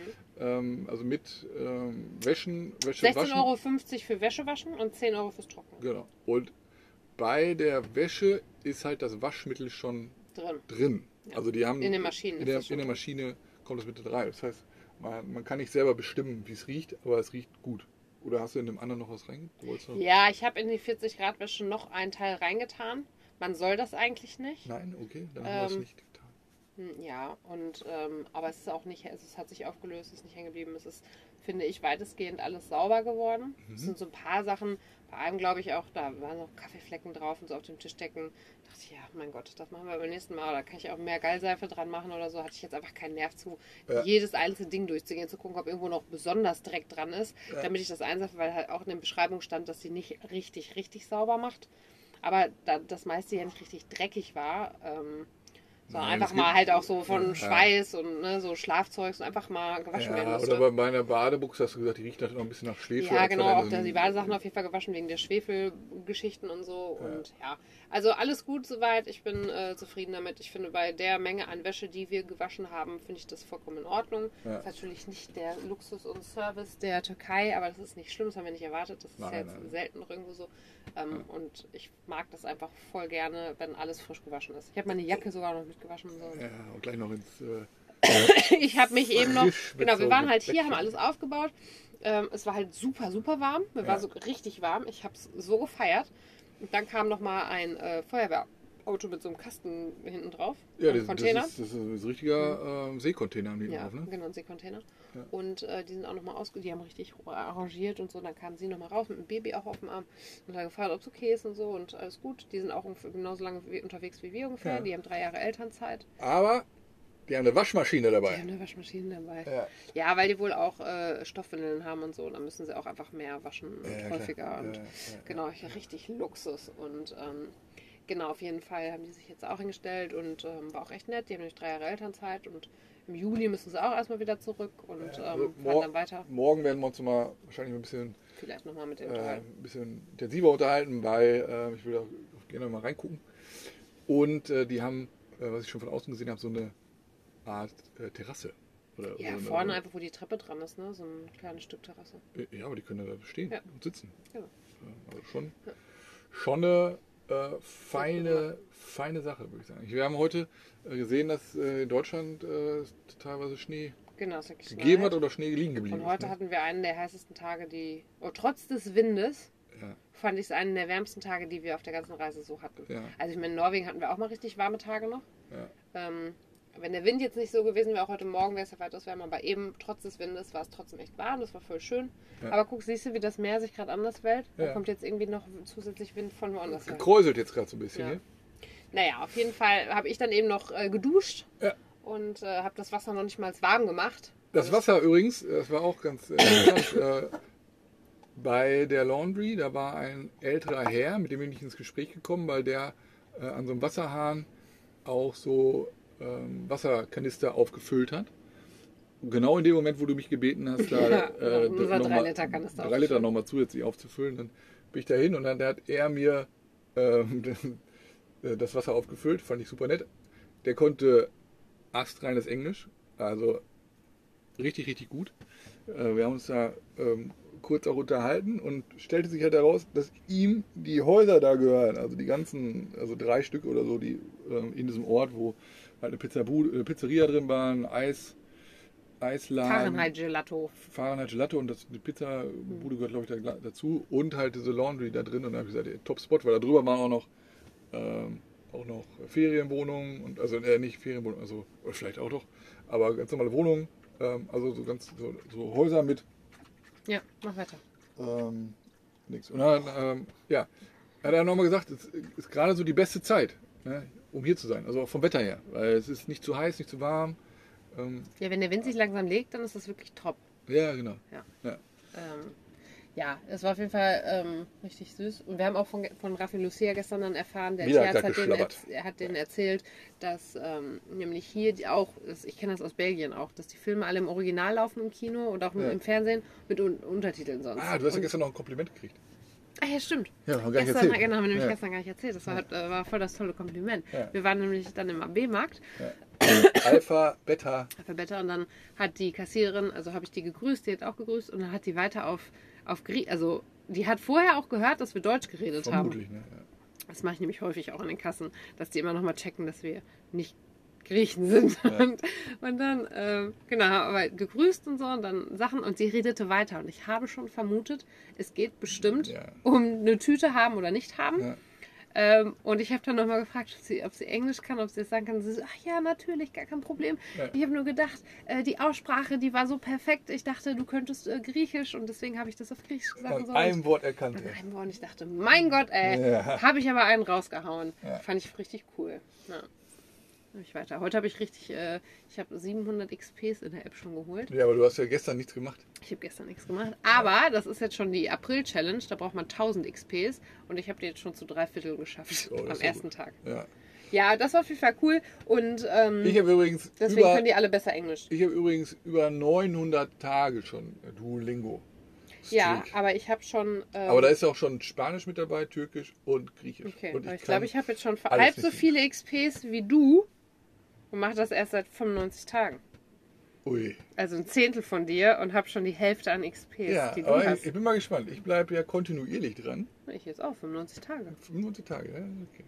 Speaker 1: Ähm, also mit ähm, Wäschen, Wäsche,
Speaker 2: 16,50
Speaker 1: Waschen.
Speaker 2: Euro für Wäsche waschen und 10 Euro fürs Trocknen.
Speaker 1: Genau. Und bei der Wäsche ist halt das Waschmittel schon
Speaker 2: Drin.
Speaker 1: drin.
Speaker 2: Ja.
Speaker 1: Also die haben
Speaker 2: In den Maschinen
Speaker 1: In
Speaker 2: ist
Speaker 1: der,
Speaker 2: das schon
Speaker 1: in der
Speaker 2: drin.
Speaker 1: Maschine kommt das mit rein. Das heißt, man, man kann nicht selber bestimmen, wie es riecht, aber es riecht gut. Oder hast du in dem anderen noch was rein? Du wolltest noch-
Speaker 2: Ja, ich habe in die 40 Grad Wäsche noch einen Teil reingetan. Man soll das eigentlich nicht.
Speaker 1: Nein, okay, dann haben wir
Speaker 2: Ähm,
Speaker 1: es nicht getan.
Speaker 2: Hm, Ja, und ähm, aber es ist auch nicht, also es hat sich aufgelöst, es ist nicht hängen geblieben. Es ist, finde ich, weitestgehend alles sauber geworden.
Speaker 1: Mhm.
Speaker 2: Es sind so ein paar Sachen, bei einem glaube ich auch, da waren noch Kaffeeflecken drauf und so auf dem Tischdecken. Dachte ich, ja, mein Gott, das machen wir beim nächsten Mal. Oder kann ich auch mehr Gallseife dran machen oder so. Hatte ich jetzt einfach keinen Nerv zu,
Speaker 1: Ja.
Speaker 2: jedes einzelne Ding durchzugehen, zu gucken, ob irgendwo noch besonders Dreck dran ist,
Speaker 1: Ja.
Speaker 2: damit ich das einseife, weil halt auch in der Beschreibung stand, dass sie nicht richtig, richtig sauber macht. Aber da das meiste ja nicht richtig dreckig war, ähm, sondern
Speaker 1: Äh, Nein,
Speaker 2: einfach
Speaker 1: es gibt-
Speaker 2: mal halt auch so von
Speaker 1: Ja.
Speaker 2: Schweiß und ne, so Schlafzeugs und einfach mal gewaschen werden
Speaker 1: Ja,
Speaker 2: musste.
Speaker 1: oder bei meiner Badebuchse hast du gesagt, die riecht natürlich noch ein bisschen nach Schwefel.
Speaker 2: ne? ja,
Speaker 1: als wir
Speaker 2: genau,
Speaker 1: dann
Speaker 2: auch
Speaker 1: so
Speaker 2: da
Speaker 1: ein-
Speaker 2: die Badesachen auf jeden Fall gewaschen wegen der Schwefelgeschichten und so. Und ja, also alles gut soweit. Ich bin äh, zufrieden damit. Ich finde, bei der Menge an Wäsche, die wir gewaschen haben, finde ich das vollkommen in Ordnung.
Speaker 1: Ja.
Speaker 2: Das ist natürlich nicht der Luxus und Service der Türkei, aber das ist nicht schlimm, das haben wir nicht erwartet. Das ist
Speaker 1: Nein,
Speaker 2: ja jetzt
Speaker 1: nein.
Speaker 2: selten noch irgendwo so. Ähm, Und ich mag das einfach voll gerne, wenn alles frisch gewaschen ist. Ich habe meine Jacke sogar noch mitgewaschen. Und so.
Speaker 1: [laughs]
Speaker 2: [laughs]
Speaker 1: Ja, und gleich noch ins. Äh,
Speaker 2: ich habe mich eben noch,
Speaker 1: Frisch mit
Speaker 2: genau, wir
Speaker 1: so
Speaker 2: waren
Speaker 1: einem
Speaker 2: halt hier, haben
Speaker 1: Bäckchen.
Speaker 2: alles aufgebaut. Ähm, es war halt super, super warm. Mir war
Speaker 1: Ja.
Speaker 2: so richtig warm. Ich habe es so gefeiert. Und dann kam noch mal ein äh, Feuerwehrauto mit so einem Kasten hinten drauf.
Speaker 1: ja, das,
Speaker 2: ein
Speaker 1: das, ist, das ist ein richtiger ähm, Seekontainer am Leben
Speaker 2: Mhm. ja,
Speaker 1: drauf, ne?
Speaker 2: genau, ein Seekontainer.
Speaker 1: Ja.
Speaker 2: Und äh, die sind auch nochmal ausge... Die haben richtig arrangiert und so. Und dann kamen sie nochmal raus mit dem Baby auch auf dem Arm und dann gefragt, ob es okay ist und so. Und alles gut. Die sind auch ungefähr genauso lange wie- unterwegs wie wir ungefähr.
Speaker 1: Ja.
Speaker 2: Die haben drei Jahre Elternzeit.
Speaker 1: Aber die haben eine Waschmaschine
Speaker 2: Die
Speaker 1: dabei.
Speaker 2: haben eine Waschmaschine dabei.
Speaker 1: Ja,
Speaker 2: Ja, weil die wohl auch äh, Stoffwindeln haben und so, dann müssen sie auch einfach mehr waschen und
Speaker 1: Ja, ja, klar.
Speaker 2: häufiger
Speaker 1: Ja,
Speaker 2: und
Speaker 1: ja, ja.
Speaker 2: genau, hier richtig Luxus und ähm, Genau, auf jeden Fall haben die sich jetzt auch hingestellt und ähm, war auch echt nett. Die haben nämlich drei Jahre Elternzeit und im Juli müssen sie auch erstmal wieder zurück und
Speaker 1: Also
Speaker 2: ähm, fahren
Speaker 1: mor-
Speaker 2: dann weiter.
Speaker 1: Morgen werden wir uns nochmal wahrscheinlich ein bisschen,
Speaker 2: Vielleicht nochmal mit
Speaker 1: äh,
Speaker 2: dem Teil.
Speaker 1: ein bisschen intensiver unterhalten, weil äh, ich will da gerne mal reingucken. Und äh, die haben, äh, was ich schon von außen gesehen habe, so eine Art äh, Terrasse. Oder so
Speaker 2: Ja,
Speaker 1: eine-
Speaker 2: vorne einfach, wo die Treppe dran ist, ne? So ein kleines Stück Terrasse.
Speaker 1: Ja, aber die können ja da stehen
Speaker 2: Ja.
Speaker 1: und sitzen.
Speaker 2: Ja.
Speaker 1: Also schon,
Speaker 2: Ja.
Speaker 1: schon eine äh, feine, feine Sache, würde ich sagen. Wir haben heute äh, gesehen, dass äh, in Deutschland äh, es teilweise Schnee
Speaker 2: Genau, es hat geschneit.
Speaker 1: gegeben hat oder Schnee liegen geblieben
Speaker 2: und
Speaker 1: ist.
Speaker 2: heute
Speaker 1: ne?
Speaker 2: hatten wir einen der heißesten Tage, die. Oh, trotz des Windes
Speaker 1: Ne?
Speaker 2: fand ich es einen der wärmsten Tage, die wir auf der ganzen Reise so hatten.
Speaker 1: Ja, ja,
Speaker 2: Also ich meine, in Norwegen hatten wir auch mal richtig warme Tage noch.
Speaker 1: ja.
Speaker 2: Ähm, wenn der Wind jetzt nicht so gewesen wäre, auch heute Morgen wäre es ja weitaus wärmer, aber eben trotz des Windes war es trotzdem echt warm, das war voll schön.
Speaker 1: Ja.
Speaker 2: Aber guck, siehst du, wie das Meer sich gerade anders wählt? Da
Speaker 1: Ja.
Speaker 2: kommt jetzt irgendwie noch zusätzlich Wind von woanders her.
Speaker 1: Gekräuselt jetzt gerade so ein bisschen.
Speaker 2: Ja.
Speaker 1: ne?
Speaker 2: Naja, auf jeden Fall habe ich dann eben noch äh, geduscht
Speaker 1: Ja.
Speaker 2: und äh, habe das Wasser noch nicht mal warm gemacht.
Speaker 1: Das Wasser übrigens, das war auch ganz äh, interessant. äh, bei der Laundry, da war ein älterer Herr, mit dem bin ich ins Gespräch gekommen, weil der äh, an so einem Wasserhahn auch so ähm, Wasserkanister aufgefüllt hat. Genau in dem Moment, wo du mich gebeten hast, [laughs] da
Speaker 2: Ja,
Speaker 1: äh,
Speaker 2: unser
Speaker 1: das noch mal-
Speaker 2: Drei-Liter-Kanister
Speaker 1: drei Liter
Speaker 2: aufzufüllen.
Speaker 1: nochmal zusätzlich aufzufüllen, dann bin ich da hin und dann hat er mir ähm, [laughs] äh, das Wasser aufgefüllt, fand ich super nett. Der konnte astreines Englisch, also richtig, richtig gut. Äh, Wir haben uns da ähm, kurz auch unterhalten und stellte sich halt heraus, dass ihm die Häuser da gehören. Also die ganzen, also drei Stück oder so, die ähm, in diesem Ort, wo halt eine Pizzabu äh, Pizzeria drin war, ein Eis, Eisladen,
Speaker 2: Fahrenheit Gelato.
Speaker 1: Fahrenheit Latte und das, die Pizzabude gehört, glaube ich, da, gla- dazu. Und halt diese Laundry da drin. Und da habe ich gesagt, ey, Top-Spot, weil da drüber waren auch noch, ähm, auch noch Ferienwohnungen. und Also äh, nicht Ferienwohnungen, also oder vielleicht auch doch, aber ganz normale Wohnungen. Ähm, also so ganz so, so Häuser mit
Speaker 2: Ja, mach weiter.
Speaker 1: ähm, nichts. Und dann, ähm, ja, hat er nochmal gesagt, es ist gerade so die beste Zeit, ne, um hier zu sein. Also auch vom Wetter her. Weil es ist nicht zu heiß, nicht zu warm. Ähm,
Speaker 2: Ja, wenn der Wind sich langsam legt, dann ist das wirklich top.
Speaker 1: ja, genau.
Speaker 2: Ja.
Speaker 1: Ja.
Speaker 2: Ähm, ja, es war auf jeden Fall ähm, richtig süß. Und wir haben auch von, von Raffi Lucia gestern dann erfahren, der
Speaker 1: Wieder
Speaker 2: Tierarzt
Speaker 1: hat
Speaker 2: hat den,
Speaker 1: geschlabbert.
Speaker 2: erz- er hat den erzählt, dass ähm, nämlich hier die auch, das- ich kenne das aus Belgien auch, dass die Filme alle im Original laufen im Kino und auch nur
Speaker 1: Ja.
Speaker 2: im Fernsehen mit un Untertiteln sonst.
Speaker 1: Ah, du hast ja
Speaker 2: und,
Speaker 1: gestern noch ein Kompliment gekriegt.
Speaker 2: Ah ja, stimmt.
Speaker 1: Ja, haben
Speaker 2: Gestern, genau, haben wir nämlich
Speaker 1: Ja.
Speaker 2: gestern gar nicht erzählt. Das war, äh, war voll das tolle Kompliment.
Speaker 1: Ja.
Speaker 2: Wir waren nämlich dann im AB-Markt
Speaker 1: Alpha, Beta.
Speaker 2: Alphabeta und dann hat die Kassiererin, also habe ich die gegrüßt, die hat auch gegrüßt und dann hat die weiter auf, auf Grie also die hat vorher auch gehört, dass wir Deutsch geredet haben.
Speaker 1: Vermutlich, ne? Ja.
Speaker 2: Das mache ich nämlich häufig auch in den Kassen, dass die immer nochmal checken, dass wir nicht Griechen sind. [laughs] Und, und dann, ähm, genau, aber gegrüßt und so und dann Sachen und sie redete weiter und ich habe schon vermutet, es geht bestimmt
Speaker 1: Ja.
Speaker 2: um eine Tüte haben oder nicht haben.
Speaker 1: Ja.
Speaker 2: Ähm, und ich habe dann nochmal gefragt, ob sie, ob sie Englisch kann, ob sie das sagen kann. Sie so, ach ja, natürlich, gar kein Problem.
Speaker 1: Ja.
Speaker 2: Ich habe nur gedacht, äh, die Aussprache, die war so perfekt. Ich dachte, du könntest äh, Griechisch und deswegen habe ich das auf Griechisch gesagt. Und
Speaker 1: An
Speaker 2: so.
Speaker 1: einem Wort erkannt.
Speaker 2: und,
Speaker 1: ja.
Speaker 2: ein Wort. und ich dachte, mein Gott, ey,
Speaker 1: Ja.
Speaker 2: habe ich aber einen rausgehauen.
Speaker 1: Ja.
Speaker 2: Fand ich richtig cool. Ja. Hab ich weiter. Heute habe ich richtig, äh, ich habe 700 XPs in der App schon geholt.
Speaker 1: Ja, aber du hast ja gestern nichts gemacht.
Speaker 2: Ich habe gestern nichts gemacht. Aber das ist jetzt schon die April-Challenge. Da braucht man 1000 XPs. Und ich habe die jetzt schon zu drei Viertel geschafft
Speaker 1: Oh, das
Speaker 2: am
Speaker 1: ist ja
Speaker 2: ersten
Speaker 1: gut.
Speaker 2: Tag.
Speaker 1: Ja.
Speaker 2: Ja, das war auf jeden Fall cool und
Speaker 1: Ich
Speaker 2: ähm,
Speaker 1: habe übrigens,
Speaker 2: deswegen
Speaker 1: über,
Speaker 2: können die alle besser Englisch.
Speaker 1: ich habe übrigens über 900 Tage schon Duolingo.
Speaker 2: Ja,
Speaker 1: Streak.
Speaker 2: aber ich habe schon. Ähm,
Speaker 1: aber da ist ja auch schon Spanisch mit dabei, Türkisch und Griechisch.
Speaker 2: okay,
Speaker 1: und
Speaker 2: aber ich
Speaker 1: kann-
Speaker 2: glaube, ich habe jetzt schon fa-
Speaker 1: alles
Speaker 2: halb
Speaker 1: nicht
Speaker 2: so
Speaker 1: sehen.
Speaker 2: viele XPs wie du und mache das erst seit 95 Tagen.
Speaker 1: Ui.
Speaker 2: Also ein Zehntel von dir und habe schon die Hälfte an XPs,
Speaker 1: Ja,
Speaker 2: die du
Speaker 1: aber ich,
Speaker 2: hast.
Speaker 1: ich bin mal gespannt. Ich bleibe ja kontinuierlich dran.
Speaker 2: Ich jetzt auch, 95 Tage.
Speaker 1: 95 Tage, ja? Okay.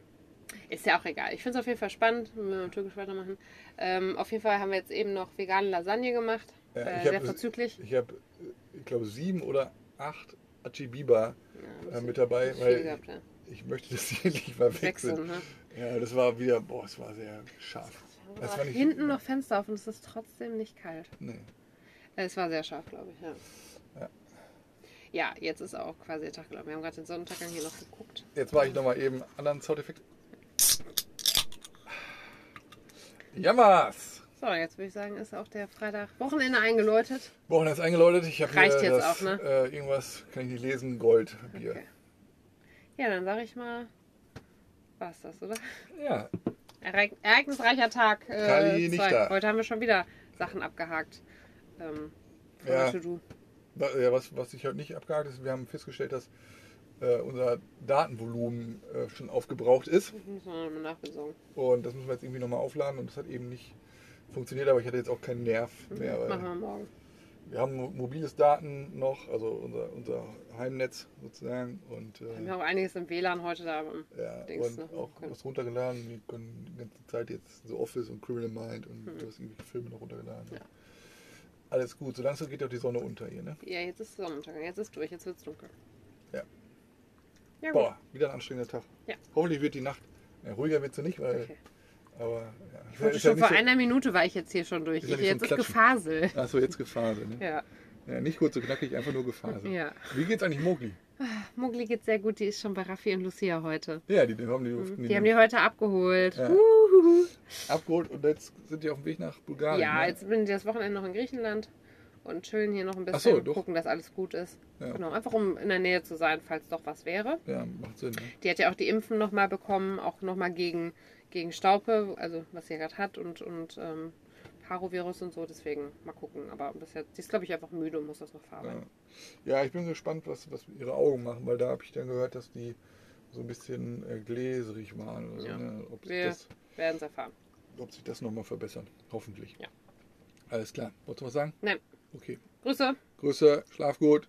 Speaker 2: Ist ja auch egal. Ich finde es auf jeden Fall spannend, wenn wir mit Türkisch weitermachen. Ähm, auf jeden Fall haben wir jetzt eben noch vegane Lasagne gemacht.
Speaker 1: Ja,
Speaker 2: äh,
Speaker 1: ich
Speaker 2: sehr
Speaker 1: hab-
Speaker 2: verzüglich.
Speaker 1: Ich habe, ich glaube, sieben oder acht Achibiba
Speaker 2: Ja,
Speaker 1: äh, mit dabei,
Speaker 2: viel
Speaker 1: weil
Speaker 2: gehabt, ja.
Speaker 1: ich möchte, dass die endlich mal weg sind.
Speaker 2: Wechseln, ne?
Speaker 1: Ja, das war wieder, boah, es war sehr scharf. Das war
Speaker 2: Aber
Speaker 1: nicht
Speaker 2: hinten noch Fenster auf und es ist trotzdem nicht kalt.
Speaker 1: Nee.
Speaker 2: Äh, Es war sehr scharf, glaube ich, ja.
Speaker 1: Ja.
Speaker 2: Ja, jetzt ist auch quasi der Tag gelaufen. Wir haben gerade den Sonnenuntergang hier noch geguckt.
Speaker 1: Jetzt mache ich nochmal eben einen anderen Soundeffekt. Jammers!
Speaker 2: So, jetzt würde ich sagen, ist auch der Freitag Wochenende eingeläutet.
Speaker 1: Wochenende ist eingeläutet. Ich habe
Speaker 2: Reicht
Speaker 1: hier
Speaker 2: jetzt
Speaker 1: das,
Speaker 2: auch, ne?
Speaker 1: äh, irgendwas, kann ich nicht lesen, Gold, Bier.
Speaker 2: Okay. Ja, dann sage ich mal war es das, oder?
Speaker 1: Ja,
Speaker 2: Ereig- Ereignisreicher Tag. Äh,
Speaker 1: Kali nicht
Speaker 2: zwei.
Speaker 1: da.
Speaker 2: Heute haben wir schon wieder Sachen abgehakt. Ähm, von
Speaker 1: Ja.
Speaker 2: der To-Do.
Speaker 1: Wa- ja, was, was ich heute nicht abgehakt ist, wir haben festgestellt, dass äh, unser Datenvolumen äh, schon aufgebraucht ist.
Speaker 2: Das müssen wir nochmal nachbesorgen.
Speaker 1: Und das müssen wir jetzt irgendwie nochmal aufladen. Und das hat eben nicht funktioniert, aber ich hatte jetzt auch keinen Nerv mehr. Weil
Speaker 2: Machen wir morgen.
Speaker 1: wir haben mo- mobiles Daten noch, also unser, unser Heimnetz sozusagen. Und,
Speaker 2: Wir
Speaker 1: äh,
Speaker 2: haben ja auch einiges im WLAN heute da. ähm,
Speaker 1: ja,
Speaker 2: Dings
Speaker 1: und
Speaker 2: noch
Speaker 1: auch
Speaker 2: können.
Speaker 1: was runtergeladen. Wir können die ganze Zeit jetzt so Office und Criminal Mind und du hast irgendwelche Filme noch runtergeladen.
Speaker 2: Mhm. Ja.
Speaker 1: Alles gut, solange es geht doch die Sonne unter hier, ne?
Speaker 2: Ja, jetzt ist Sonnenuntergang. Jetzt ist durch. Jetzt wird es dunkel.
Speaker 1: Ja.
Speaker 2: Ja, gut.
Speaker 1: Boah, wieder ein anstrengender Tag.
Speaker 2: Ja.
Speaker 1: Hoffentlich wird die Nacht. Ja, ruhiger wird sie nicht, weil.
Speaker 2: Okay.
Speaker 1: Aber. Ja.
Speaker 2: Ich wurde
Speaker 1: Ist ja
Speaker 2: schon
Speaker 1: nicht
Speaker 2: vor
Speaker 1: so-
Speaker 2: einer Minute war ich jetzt hier schon durch.
Speaker 1: Ist ja
Speaker 2: Ich,
Speaker 1: nicht so ein
Speaker 2: jetzt ist
Speaker 1: Klatschen.
Speaker 2: Gefasel.
Speaker 1: Ach so, jetzt Gefase. Ne?
Speaker 2: Ja.
Speaker 1: [laughs] Ja. nicht kurz und knackig, einfach nur Gefase.
Speaker 2: Ja.
Speaker 1: Wie geht's eigentlich Mogli?
Speaker 2: Mugli geht's sehr gut. Die ist schon bei Raffi und Lucia heute.
Speaker 1: Ja, die, die haben die, durften
Speaker 2: Mhm. Die haben die heute abgeholt.
Speaker 1: Ja.
Speaker 2: Uhuhu.
Speaker 1: abgeholt und jetzt sind die auf dem Weg nach Bulgarien.
Speaker 2: Ja,
Speaker 1: ne?
Speaker 2: jetzt bin ich das Wochenende noch in Griechenland und chillen hier noch ein bisschen
Speaker 1: Ach so,
Speaker 2: und
Speaker 1: doch.
Speaker 2: gucken, dass alles gut ist.
Speaker 1: Ja.
Speaker 2: Genau, einfach um in der Nähe zu sein, falls doch was wäre.
Speaker 1: Ja, macht Sinn. Ne?
Speaker 2: Die hat ja auch die Impfen nochmal bekommen, auch nochmal gegen, gegen Staupe, also was sie ja gerade hat und, und ähm, Parovirus und so, deswegen mal gucken. Aber bisher, die ist glaube ich einfach müde und muss das noch
Speaker 1: Ja.
Speaker 2: verarbeiten.
Speaker 1: ja, ich bin gespannt, was, was ihre Augen machen, weil da habe ich dann gehört, dass die so ein bisschen äh, gläserig waren. Oder
Speaker 2: Ja.
Speaker 1: so, ne? ob, sich
Speaker 2: Wir
Speaker 1: das,
Speaker 2: werden es erfahren.
Speaker 1: ob sich das nochmal verbessert. Hoffentlich.
Speaker 2: Ja.
Speaker 1: Alles klar. Wolltest du was sagen?
Speaker 2: Nein.
Speaker 1: Okay.
Speaker 2: Grüße.
Speaker 1: Grüße, schlaf gut.